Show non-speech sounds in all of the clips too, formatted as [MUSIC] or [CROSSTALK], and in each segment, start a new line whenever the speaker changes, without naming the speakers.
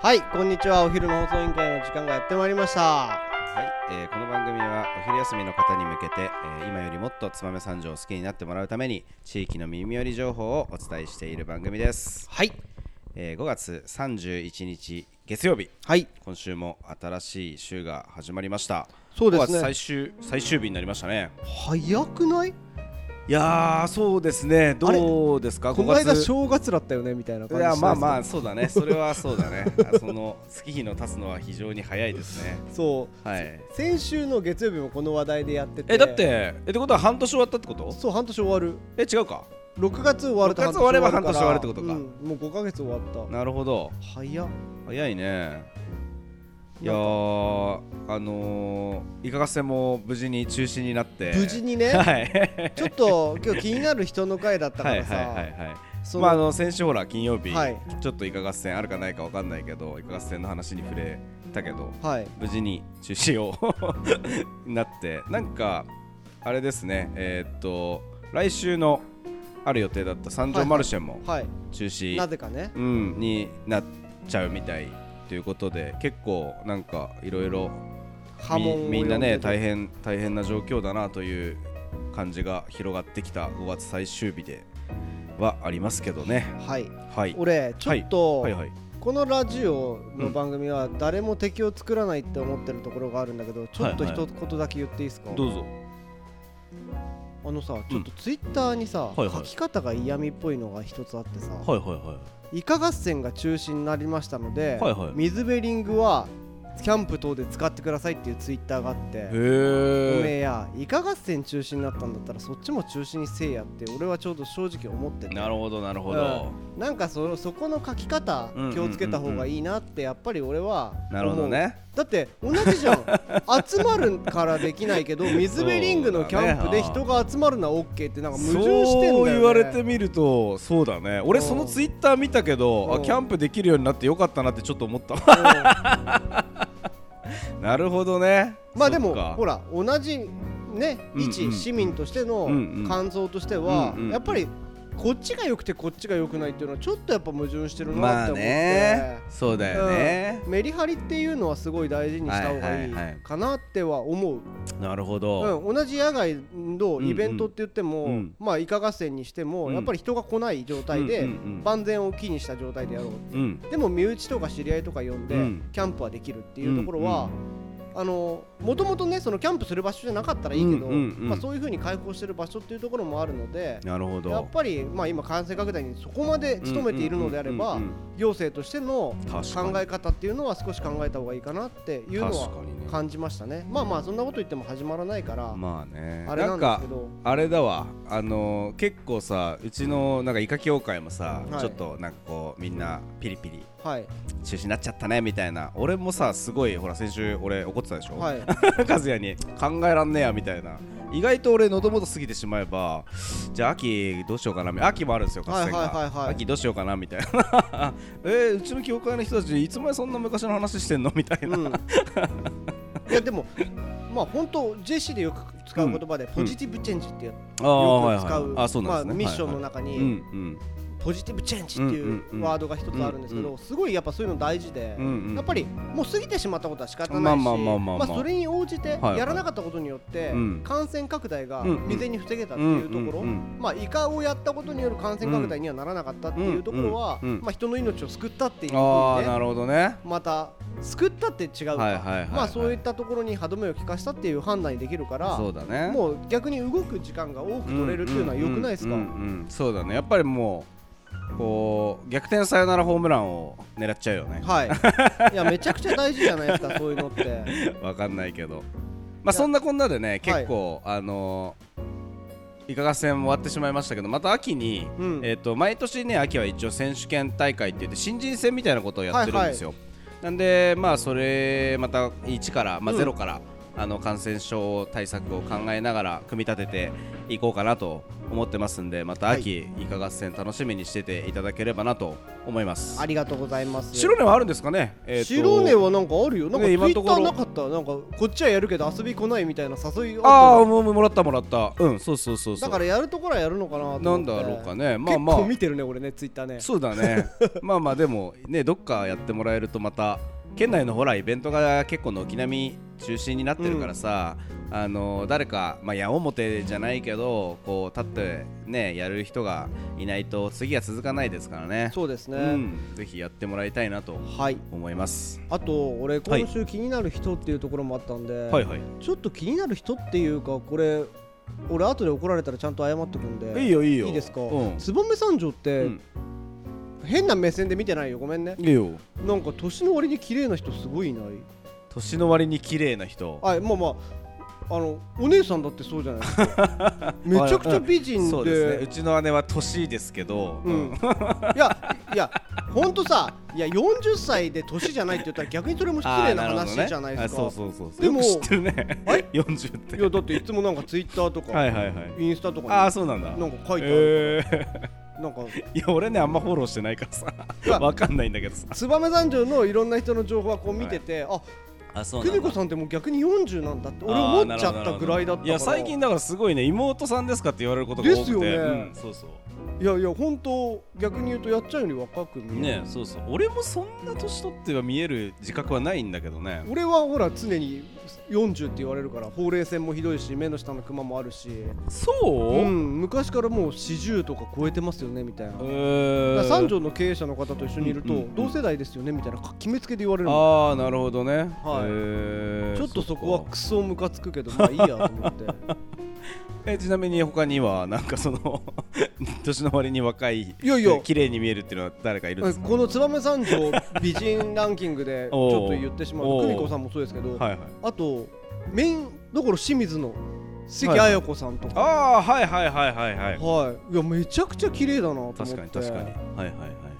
はい、こんにちは。お昼の放送委員会の時間がやってまいりました。
はい、えーこの番組はお昼休みの方に向けて、えー今よりもっとつばめ三条を好きになってもらうために地域の耳寄り情報をお伝えしている番組です、
はい。
えー5月31日月曜日
はい。
今週も新しい週が始まりました
そうですね
5月最終最終日になりましたね
早くない
いやそうですね
ど
うですか
この間正月だったよねみたいない感じ
やまあま
あ。
あそうだねそれはそうだ [LAUGHS] ねあその月日の経つのは非常に早いですね
そ
はい。
う。先週の月曜日もこの話題でやってて。
えだっ。てえってことは半年終わったってこと
そう、半年終わる。
え違うか
6月終わると
6月終われば
るから
半年終わるってことか
うんもう5ヶ月終わった。
なるほど
早っ。
早いねいやーあのー、いかがせも無事に中止になって
無事にね
はい
ちょっと今日気になる人の回だったか
はいはい
ら
はい
さ。
はい
そ
まああ
の
の先週ほら金曜日、
はい
ちょっといかがせあるかないかわかんないけどいかがせの話に触れたけど
はい。
無事に中止を [LAUGHS] なってなんかあれですねえーっと来週のある予定だった三条マルシェも
はい。
中止、
なぜかね。
うん、になっちゃうみたいということで結構なんかいろいろ
波
み
紋を呼で
みんなね大
変。
変大変な状況だなという感じが広がってきた5月最終日ではありますけどね
はい。
はい
俺ちょっと
はいはい
このラジオの番組は誰も敵を作らないって思ってるところがあるんだけど、ちょっと
はいは
一
い
言だけ言っていいですか、
どうぞ
あのさちょっとツイッターにさ、
はいはい
書き方が嫌味っぽいのが一つあってさ、
はいはいはい
イカ合戦が中止になりましたので、
はいはい
水ベリングはキャンプ等で使ってくださいっていうツイッターがあって
へ
おめえ
え
やイカ合戦中止になったんだったらそっちも中止にせえやって俺はちょうど正直思ってて
なるほどなるほど、
うんなんかそそこの書き方
うんうんうんうん
気をつけた方がいいなってやっぱり俺は思う
なるほどね
だって同じじゃん
[LAUGHS]
集まるからできないけど水辺リングのキャンプで人が集まるのは OK ってなんか矛盾してんだよ、ね、
そう言われてみるとそうだね俺そのツイッター見たけど
う
あ
ん
キャンプできるようになってよかったなってちょっと思った
[LAUGHS]
なるほどね
まあでも
そっか
ほら同じね
うんうん
一市民としての
うんうん
感想としては
うんうん
やっぱりこっちが良くてこっちが良くないっていうのはちょっとやっぱ矛盾してる
ま
なっ
あ
て思って、
ねそうだよね
う、んメリハリっていうのはすごい大事にした方がいい
はいはいはい
かなっては思う
なるほど、
うん、同じ野外のイベントって言っても、
うんうん
まあイカ合戦にしても、
うん
やっぱり人が来ない状態で、
うんうんうん
万全を期にした状態でやろう
うん
でも身内とか知り合いとか呼んで、
うん
キャンプはできるっていうところは、あのもともとねそのキャンプする場所じゃなかったらいいけど、
うんうんうん
まあ、そういうふうに開放してる場所っていうところもあるので
なるほど
やっぱり、まあ、今感染拡大にそこまで努めているのであれば、
うんうんうんうん
行政としての
確か
考
に
え方っていうのは少し考えた方がいいかなっていうのは
確かにね
感じましたねまあまあそんなこと言っても始まらないから、
まあね
あれなんですけど
んかあれだわあのー結構さうちのなんかイカ協会もさ、
はい
ちょっとなんかこうみんなピリピリ
はい
中止になっちゃったねみたいな俺もさすごいほら先週俺怒ってたでしょ、
はい
和也に考えらんねえやみたいな意外と俺喉元過ぎてしまえばじゃあ秋どうしようかなみ秋もあるんですよ合戦が、
はいはいはいはい
秋どうしようかなみたいな [LAUGHS] えーうちの教会の人たちいつまでそんな昔の話してんのみ [LAUGHS] たいな、
うんいやでもまあ本当ジェシーでよく使う言葉でポジティブチェンジってや
あー
よく使う
はいはいあそうなんで
まあ
すね、
ミッションの中に
はいはいうん
ポジティブチェンジっていう
うんうんうん
ワードが一つあるんですけ
うんう
どすごいやっぱそういうの大事で
うんうん
やっぱりもう過ぎてしまったことは仕方
ま
な
あ
いし
まあまあまあ
ま
ま
あ
あ
それに応じて
はいはい
やらなかったことによって
うん
感染拡大が
うんうん
未然に防げたっていうところ
うんうんうん
まあイカをやったことによる感染拡大にはならなかったっていうところは
うんうんうん
まあ人の命を救ったっていう
うんあ
部
あ
分
な
で
るほどね
また救ったって違うか
はいはいはいはい
まあそういったところに歯止めを利かしたっていう判断にできるから
そうだね
もう逆に動く時間が多く取れるっていうのは良くないですか
うんうんうんうんそうだねやっぱりもうこう逆転サヨナラホームランを狙っちゃうよね [LAUGHS]
はい。いや、めちゃくちゃ大事じゃないですか、そういうのって。
わかんないけどまあそんなこんなでね
や
結構、あのー、いかが戦も終わってしまいましたけどまた秋に、
うん
えー、と毎年ね秋は一応選手権大会って言って新人戦みたいなことをやってるんですよ、なんでまあそれまた1から、まあ、
うん
0から、あの感染症対策を考えながら組み立てて行こうかなと思ってますんでまた秋、イカ合戦楽しみにしてていただければなと思います
ありがとうございます
白根はあるんですかね、えーと
白根はなんかあるよなんかツイ
ね今
ッ
の
タ
ところ
ーなかったなんかこっちはやるけど遊び来ないみたいな誘い
ああ
った
もももらったもらったうんそうそうそうそ
だ
う
からやるところはやるのかなと思って
なんだろうかねまあまあ
結構見てるね俺ねツイッターね
そうだね [LAUGHS] まあまあでもねどっかやってもらえるとまた県内のほらイベントが結構軒並み中心になってるからさ、あの誰か、まあ、矢面じゃないけどこう立ってねやる人がいないと次が続かないですからね
そうですね、
うん、ぜひやってもらいたいなと
はい
思います、
あと俺今週気になる人っていうところもあったんで、
はいはい
ちょっと気になる人っていうかこれ俺後で怒られたらちゃんと謝っとくんで
いいよいいよ
いですか、
うん
燕三条って、
うん
変な目線で見てないよごめんね
いいよ
なんか年の割に綺麗な人すごいいない
年の割に綺麗な人
あまあまああのお姉さんだってそうじゃないです
[LAUGHS]
かめちゃくちゃ美人で
そうですねうちの姉は年ですけど、
う
うん
ん、いやいやほんとさいや40歳で年じゃないって言ったら逆にそれも失
あー
礼な
るほどね
話じゃないですか
あそうそうそうそう
でも
よく知ってるね
あれ
[LAUGHS] 40って
いやだっていつもなんかツイッターとか、
はいはいはい
インスタとかに
ああそうなんだ
なんか書いてある、
えー [LAUGHS]
なんか
いや俺ねあんまフォローしてないから
うわ
さわかんないんだけどさ
燕三条のいろんな人の情報はこう見てて、
あそ
あ久美子さんってもう逆に40なんだって俺思っちゃったぐらいだったから
いや最近だからすごいね妹さんですかって言われることが多くて
ですよね
うんそうそう
いやいや本当逆に言うとやっちゃうより若く見える
ねそうそう俺もそんな年取っては見える自覚はないんだけどね
俺はほら常に40って言われるからほうれい線もひどいし目の下のクマもあるし、、
そううん
昔からもう40とか超えてますよねみたいな、
え
だから
ー
三条の経営者の方と一緒にいると、
うんうんうん
同世代ですよねみたいな決めつけで言われるの
ああなるほどね
はい
えー
ちょっとそこは
っか
クソムカつくけどまあいいやと思って
えちなみに他にはなんかその [LAUGHS] 年の割に若い
いやいや
綺麗に見えるっていうのは誰かいるんですか
この燕三条美人ランキングでち
[LAUGHS] おう
ょっと言ってしまう
おう
久美子さんもそうですけど、
はいはい
あとメインどころ清水の関彩子さんとか、は
ああはいはいはいはいはいい
い、やめちゃくちゃ綺麗だなと思って
確かに確かにはいはいはい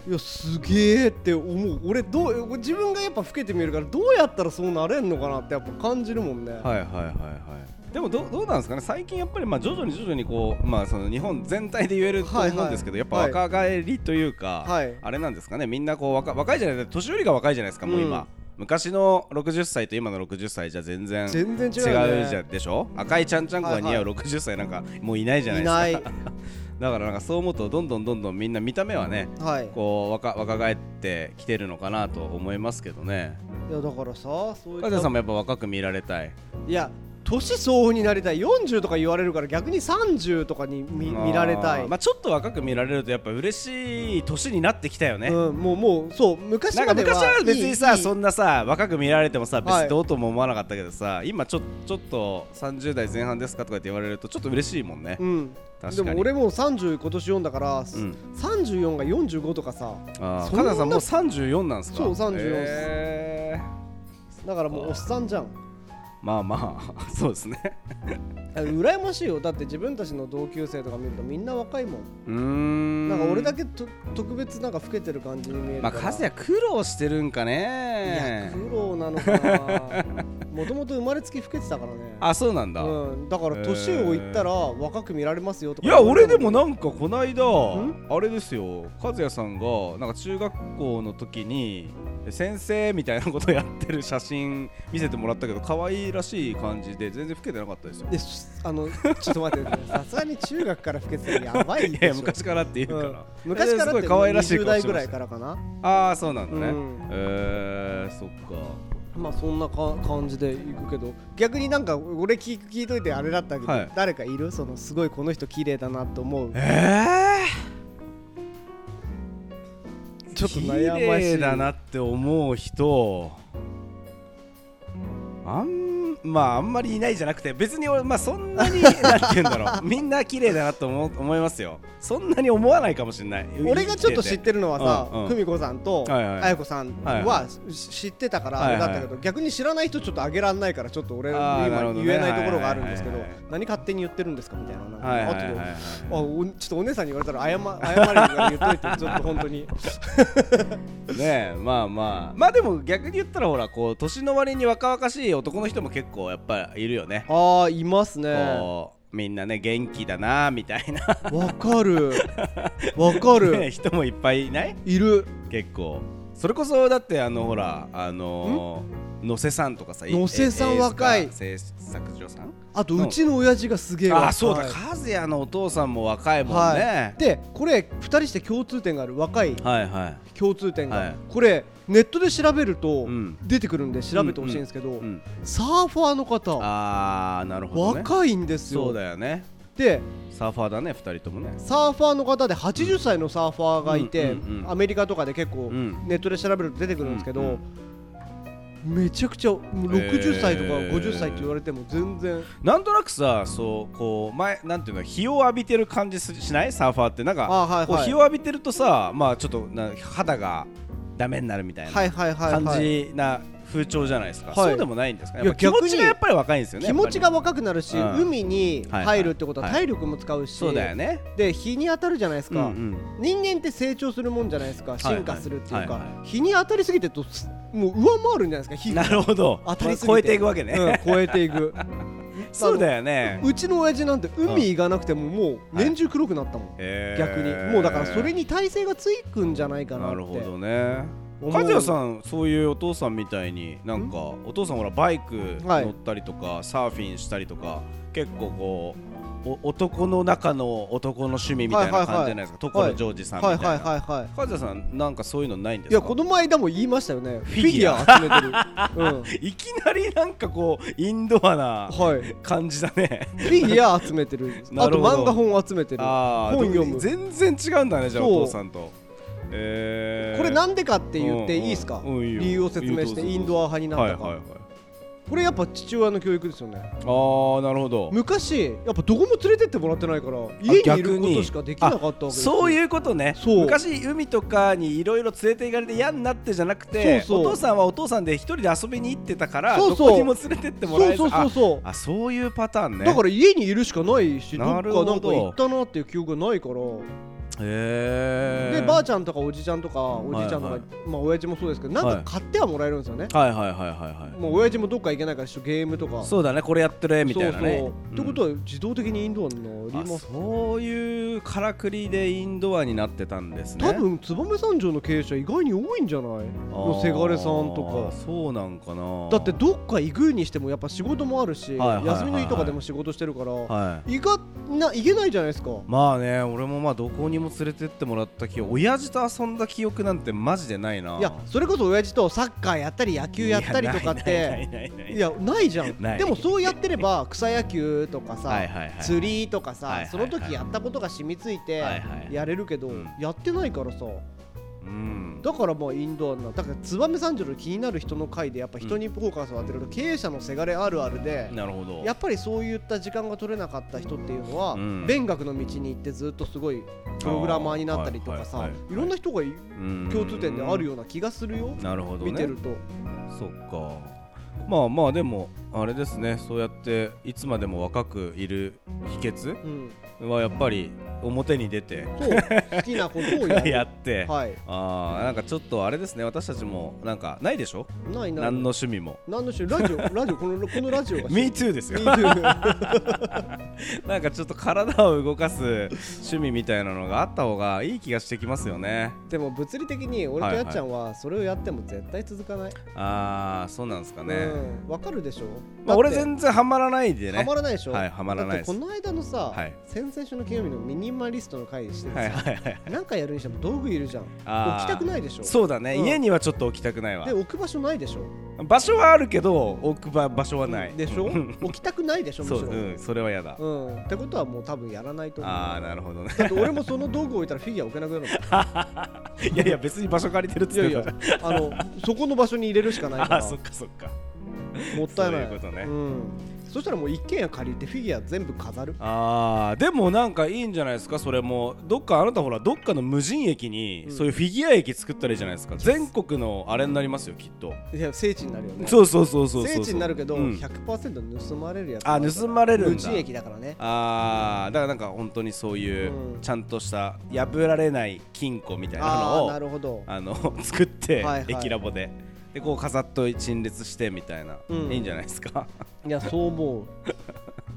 いやすげえって思う俺どう自分がやっぱ老けて見えるからどうやったらそうなれんのかなってやっぱ感じるもんね、
はいはいはいはいでもどうどうなんですかね最近やっぱりまあ徐々に徐々にこうまあその日本全体で言えると
はい
思う
は
ん
い
ですけど、
はい
やっぱ若返りというか、
はい
あれなんですかねみんなこう若若いじゃない年寄りが若いじゃないですかもう
う
今、
ん
昔の60歳と今の60歳じゃ全然
全然違
違
うよ、ね、
うじゃんでしょ赤いちゃんちゃんこが似合う
はいは
60歳なんかもういないじゃな
い
いです
な
か
い
だからなんかそう思うとどんどんどんどんみんな見た目はね [LAUGHS]
はいい
こう若若返ってきてるのかなと思いますけどね
やだからさそうい
加藤
っ
さ
た
んもやっぱ若く見られたい
いや年相応になりたい40とか言われるから逆に30とかに見
まあ
見られたい、
まあ、ちょっと若く見られるとやっぱ嬉しい年になってきたよね、
うん、もうもうそう昔
なんか
までは
昔は別にさ
いいいい
そんなさ若く見られてもさ別
は
に
い
どうとも思わなかったけどさ、今ちょちょっと30代前半ですかとかって言われるとちょっと嬉しいもんね、
うん
確
で
かに
も俺もう30今年4だから、
ん
34が45とかさ
あー
そん
カ
な
ナさんもう34なんすか
そう34っす
へ
だからもうおっさんじゃん
ーまあまあ [LAUGHS] そうですね
あ羨ましいよだって自分たちの同級生とか見るとみんな若いもん
うーん
なんか俺だ
け
けと特別なんか老けてる感じに見える
まあ
から
和也苦労してるんか
いや
ね
苦労なのかな
[LAUGHS]
もともと生まれつき老けてたからね
あそうなんだ、
うん、だから年をいったら若く見られますよと
い
か
や俺でもなんかこないだ
ん
あれですよ和也さんがなんか中学校の時に先生みたいなことやってる写真見せてもらったけど可愛いらしい感じで全然老けてなかったですよ
でしあの [LAUGHS] ちょっと待ってくださいさすがに中学から老けてたらやばい
い
でしょ
や昔からっていうから、
うん、昔から
す
っ
ご
て
い可愛らしい
20
顔
代
して
ぐ
ま
らい
した
からかな
ああそうなんだね、
うん
えー、そっか
まあそんなか感じでいくけど逆になんか俺聞聞いといてあれだったけど、
はい
誰かいるそのすごいこの人綺麗だなと思う
ええ
ちょっと悩ましい
綺麗だなって思う人あんまああんまりいないじゃなくて別に俺まあそんなになんて言うんだろうみんな綺麗だなと思う思いますよそんなに思わないかもしれない
俺がちょっと知ってるのはさ、
うんうん
久美子さんと
はいはい
彩子さん
はい
はし知ってたからあれだったけど、
はい
逆に知らない人ちょっとあげらんないからちょっと俺
あーなるほ
今
どね
言えないところがあるんですけど、
はいはいはい
何勝手に言ってるんですかみたいななんか
はいはいはい
後で
はい
あおちょっとお姉さんに言われたら謝謝れるから言っといてちょっと本当 [LAUGHS] に
ねえまあまあまあでも逆に言ったらほらこう年の割に若々しい男の人も結構やっぱりいるよね
ああいますね
こみんなね元気だなみたいな、
わか [LAUGHS] るわか
ね
る
人もいっぱいいない
いる
結構それこそだってあのほらあのーのせさんとかさ
のせさん
ええ
若い
映画制作所さん
あとうちの親父がすげえ
あ
若
あ
い
そうだ和也のお父さんも若いもんね、
はいでこれ2人して共通点がある若い
はいはい
共通点が、
はい
これネットで調べると
うん
出てくるんで調べてほしいんですけど、
うん、
サーファーの方
ああなるほど、ね、
若いんですよ
そうだよね
で
サーファーだね二人ともね
サーファーの方で80歳のサーファーがいて、
うんうんうん
アメリカとかで結構
うん
ネットで調べると出てくるんですけど、
うん
めちゃくちゃもう60歳とか
えー
50歳って言われても全然、
なんとなくさそうこう前なんていうの日を浴びてる感じすしないサーファーってなんか
あはいはい
こう日を浴びてるとさまあちょっとな肌がダメになるみたいな
はいはいはいはい
感じな風潮じゃないです
は
か、
い
そうでもないんですか
いや
やっぱ気持
逆
ち
に
がやっぱり若いんですよね
気持ち
やっ
が若くなるし、
うん
海に入るってことは
はいは
体力も使う
ぱり
し、
そうだよね
で日に当たるじゃないですか、
うんうん
人間って成長するもんじゃないですか進化するっていうか、
はいはいはい
日に当たりすぎてるとすもう上回るんじゃないですか日が
[LAUGHS] なるほど
当たりすぎて
超えていくわけね、
うん、超えていく
[LAUGHS] そうだよね
うちの親父なんて海行かなくてももう年中黒くなったもん、
へー
逆にもうだからそれに耐性がついくんじゃないかなっ
な
て
るほどね
思う
和也さんそういうお父さんみたいになんかお父さんほらバイク
はい
乗ったりとか、サーフィンしたりとか結構こうお男の中の男の趣味みたいな感じじゃないですか、
はいはいはい
所ジョージさんみ
は
た
い
いな、
はいはいはい
和也さんなんかそういうのないんです
い
か
やこの間も言いましたよねフ
フ
ィ
ィ
ギ
ギ
ュ
ュ
ア
ア
集めてる、
[LAUGHS]
うん、
いきなりなんかこうインドアな
はい
感じだね
フィギュア集めてるあ
[LAUGHS] な
と
るほど
漫画本集めてる
あー
本読む
全然違うんだねじゃあ
そう
お父さんとえー、
これなんでかって言っていいですか、
うんうんうんいいよ
理由を説明して
いい
イ
よ
ンドア派にな
はい
っ
は
た
い
か、
はい
これやっぱ父親の教育ですよね
あーなるほど
昔やっぱどこも連れてってもらってないから家にいることしかできなかったわけですよ
そういうことね
そう
昔海とかにいろいろ連れて行かれて嫌になってじゃなくて
そうそう
お父さんはお父さんで一人で遊びに行ってたから
そうそう
どこにも連れてってもらえず
そうそうそうそう
ああそういうパターンね
だから家にいるしかないしどっか
な
な
るほど
んか行ったなっていう記憶がないから
へえ
でばあちゃんとかおじちゃんとかおじいちゃんとか、
はいは
まあ親父もそうですけどなんか買ってはもらえるんですよね、
はいはいはいはいは
もう親父もどっか行けないから一緒ゲームとか
いそうだねこれやってるみたいなね
そうそうってことは自動的にインドアにな
あ
ります
そういうからくりでインドアになってたんですね
多分燕三条の経営者意外に多いんじゃないのせがれさんと
あーそうなんかな
かだってどっか行くにしてもやっぱ仕事もあるし、
はいはいはいはい
休みの日とかでも仕事してるから、
はい
い、かな行けないじゃないですか
まあね俺もまあどこにも連れてってもらった記憶親父と遊んだ記憶なんてマジでないない
やそれこそ親父とサッカーやったり野球やったりとかっ
いやな
て
いないないない
いやないじゃん
ない
でもそうやってれば草野球とかさ、
はいはいはい
釣りとかさ、
はいはいはい
その時やったことが染みついて
はいはい
やれるけど、
うん
やってないからさ
うん
だからまあインドアなだから燕三条の気になる人の会でやっぱ人にフォーカスを当てると、経営者のせがれあるあるで
なるほど
やっぱりそういった時間が取れなかった人っていうのは、
うん
勉学の道に行ってずっとすごいプログラマーになったりとかさ、
あーはいいはいはい
ろんな人がい
うん
共通点であるような気がするよ、
なるほどね
見てると。
そっかまあまあでもあれですねそうやっていつまでも若くいる秘訣 [LAUGHS]
うん、
はやっぱり表に出て
そう好きなことをやる
[LAUGHS] やって、
はい
ああなんかちょっとあれですね私たちもなんかないでしょ
ないない
何の趣味
[LAUGHS]
も
何の種ラジオラジオこのこのラジ
[LAUGHS]
オが
Me too ですよ
MeToo
なんかちょっと体を動かす趣味みたいなのがあった方がいい気がしてきますよね
でも物理的に俺とやっちゃんはそれをやっても絶対続かない、
ああそうなんですかね、
うん、わかるでしょ、
まあ、俺
だって
全然ハマらないんでね
ハマらないでしょ、
はいハマらな
だっ
いで
て
す
この間のさ、
はい
先々週の金曜日のミニマリストの会してるさ、
はいはいはい
なんかやるにしても道具いるじゃん
あー
置きたくないでしょ
そうだね、
うん
家にはちょっと置きたくないわ
で置く場所ないでしょ
場所はあるけど置く場場所はない
でしょ
うん
置きたくないでしょむし
そ
ろ
う、うん、それはやだ、
うん、ってことはもう多分やらないと思う
ああなるほどね [LAUGHS]
だって俺もその道具置いたらフィギュア置けなくなるもん
いやいや別に場所借りてるっつ
いや
っ
い
て
や
たじゃん、
あのそこの場所に入れるしかないか
[LAUGHS] あ
ら
ーそっかそっか
もったいない
そういうことね
ん、そしたらもう一軒家借りてフィギュア全部飾る
あーでもなんかいいんじゃないですかそれもどっかあなたほらどっかの無人駅に、
うん
そういうフィギュア駅作ったらいいじゃないですか全国のあれになりますよきっと
いや聖地になるよね
そうそうそうそうそう
聖地になるけど、
うん
100%盗まれるやつ
あ盗まれるんだ
無人駅だからね
あーだからなんか本当にそういう、
うん
ちゃんとした破られない金庫みたいな
あ
の
あ
を
なるほど
あの [LAUGHS] 作って、
はいはい
駅ラボででこう飾っと陳列してみたいな、
うん
いいんじゃないですか
いやそう思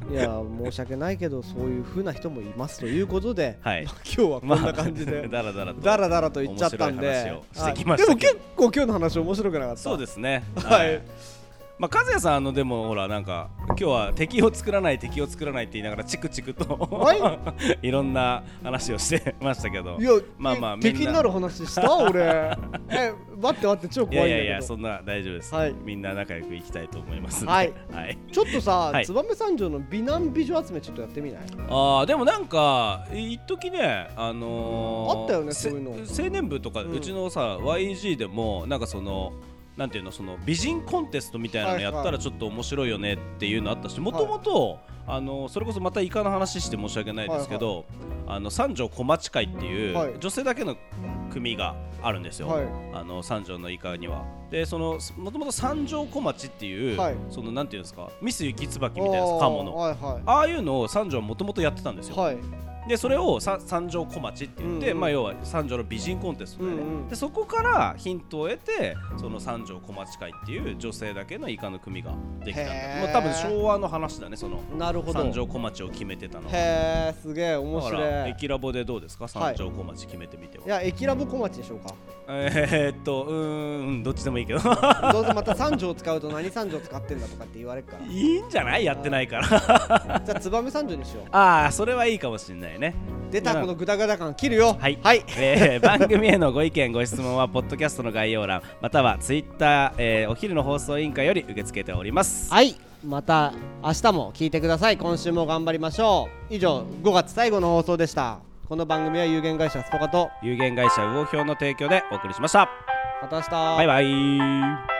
ういや申し訳ないけどそういう風な人もいますということで、
[LAUGHS] はい
まあ今 [LAUGHS] 日はこんな感じ [LAUGHS]
[LAUGHS]
で、
だらだらと
だらだらと言っちゃったんで
面白い話をしてきまし
は
た
い
け
で
ど
も結構今日の話面白くなかった
そうですね
はい
まあ和也さんあのでもほらなんか今日は敵を作らない敵を作らないって言いながらチクチクと、、
はい
[LAUGHS] ろんな話をしてましたけど
いや
まあまあ
え
みんな
敵になる話
[LAUGHS]
した俺え待って待って超
い
怖い
や
んだけど
いやいやそんな大丈夫です、
はい
みんな仲良くいきたいと思いますんで
はい、
はい、
ちょっとさ
はい
燕三条の美男美女集めちょっとやってみない
あーでもなんかい一時ねあのー、
あったよね
せ
そういうの
青年部とか、
う
うんちのさ YG でもなんかそのなんていうのその美人コンテストみたいなのやっ
は
た
いは
らちょっと面白いよねっていうのあったしもともとあのそれこそまたイカの話して申し訳ないですけど、あの三条小町会っていう、
はい
女性だけの組があるんですよ、
はい
あの三条のイカには。でそのもともと三条小町っていう、
はい
そのなんていうんですかミス雪椿みたいなカモの
はいは
ああいうのを三条はもともとやってたんです
い
よ、
はい
でそれをさ三条小町って言って、
うんうん
まあ、要は三条の美人コンテストで,、ね
うんうん
でそこからヒントを得てその三条小町会っていう女性だけのイカの組ができたんだ
へー
もう多分昭和の話だねその
なるほど
三条小町を決めてたのは
へえすげえ面
だから
白い
駅ラボでどうですか三条小町決めてみては、
いや駅ラボ小町でしょう
[LAUGHS]
か
えー、っとうーんどっちでもいい
[LAUGHS]
けど
どうせまた三条使うと何三条使ってんだとかって言われるか
いいんじゃないやってないから [LAUGHS]
らじゃあ燕三条にしよ
ああそれはいいかもしれないね
う出たこのグダグダ感切るよ
はい、
はい
[LAUGHS] えー番組へのご意見ご質問はポッドキャストの概要欄またはツイッター、えーお昼の放送委員会より受け付けております
はいまた明日も聞いてください今週も頑張りましょう以上5月最後の放送でしたこの番組は有限会社スポカと
有限会社魚表の提供でお送りしました
また明日バ
バイバイ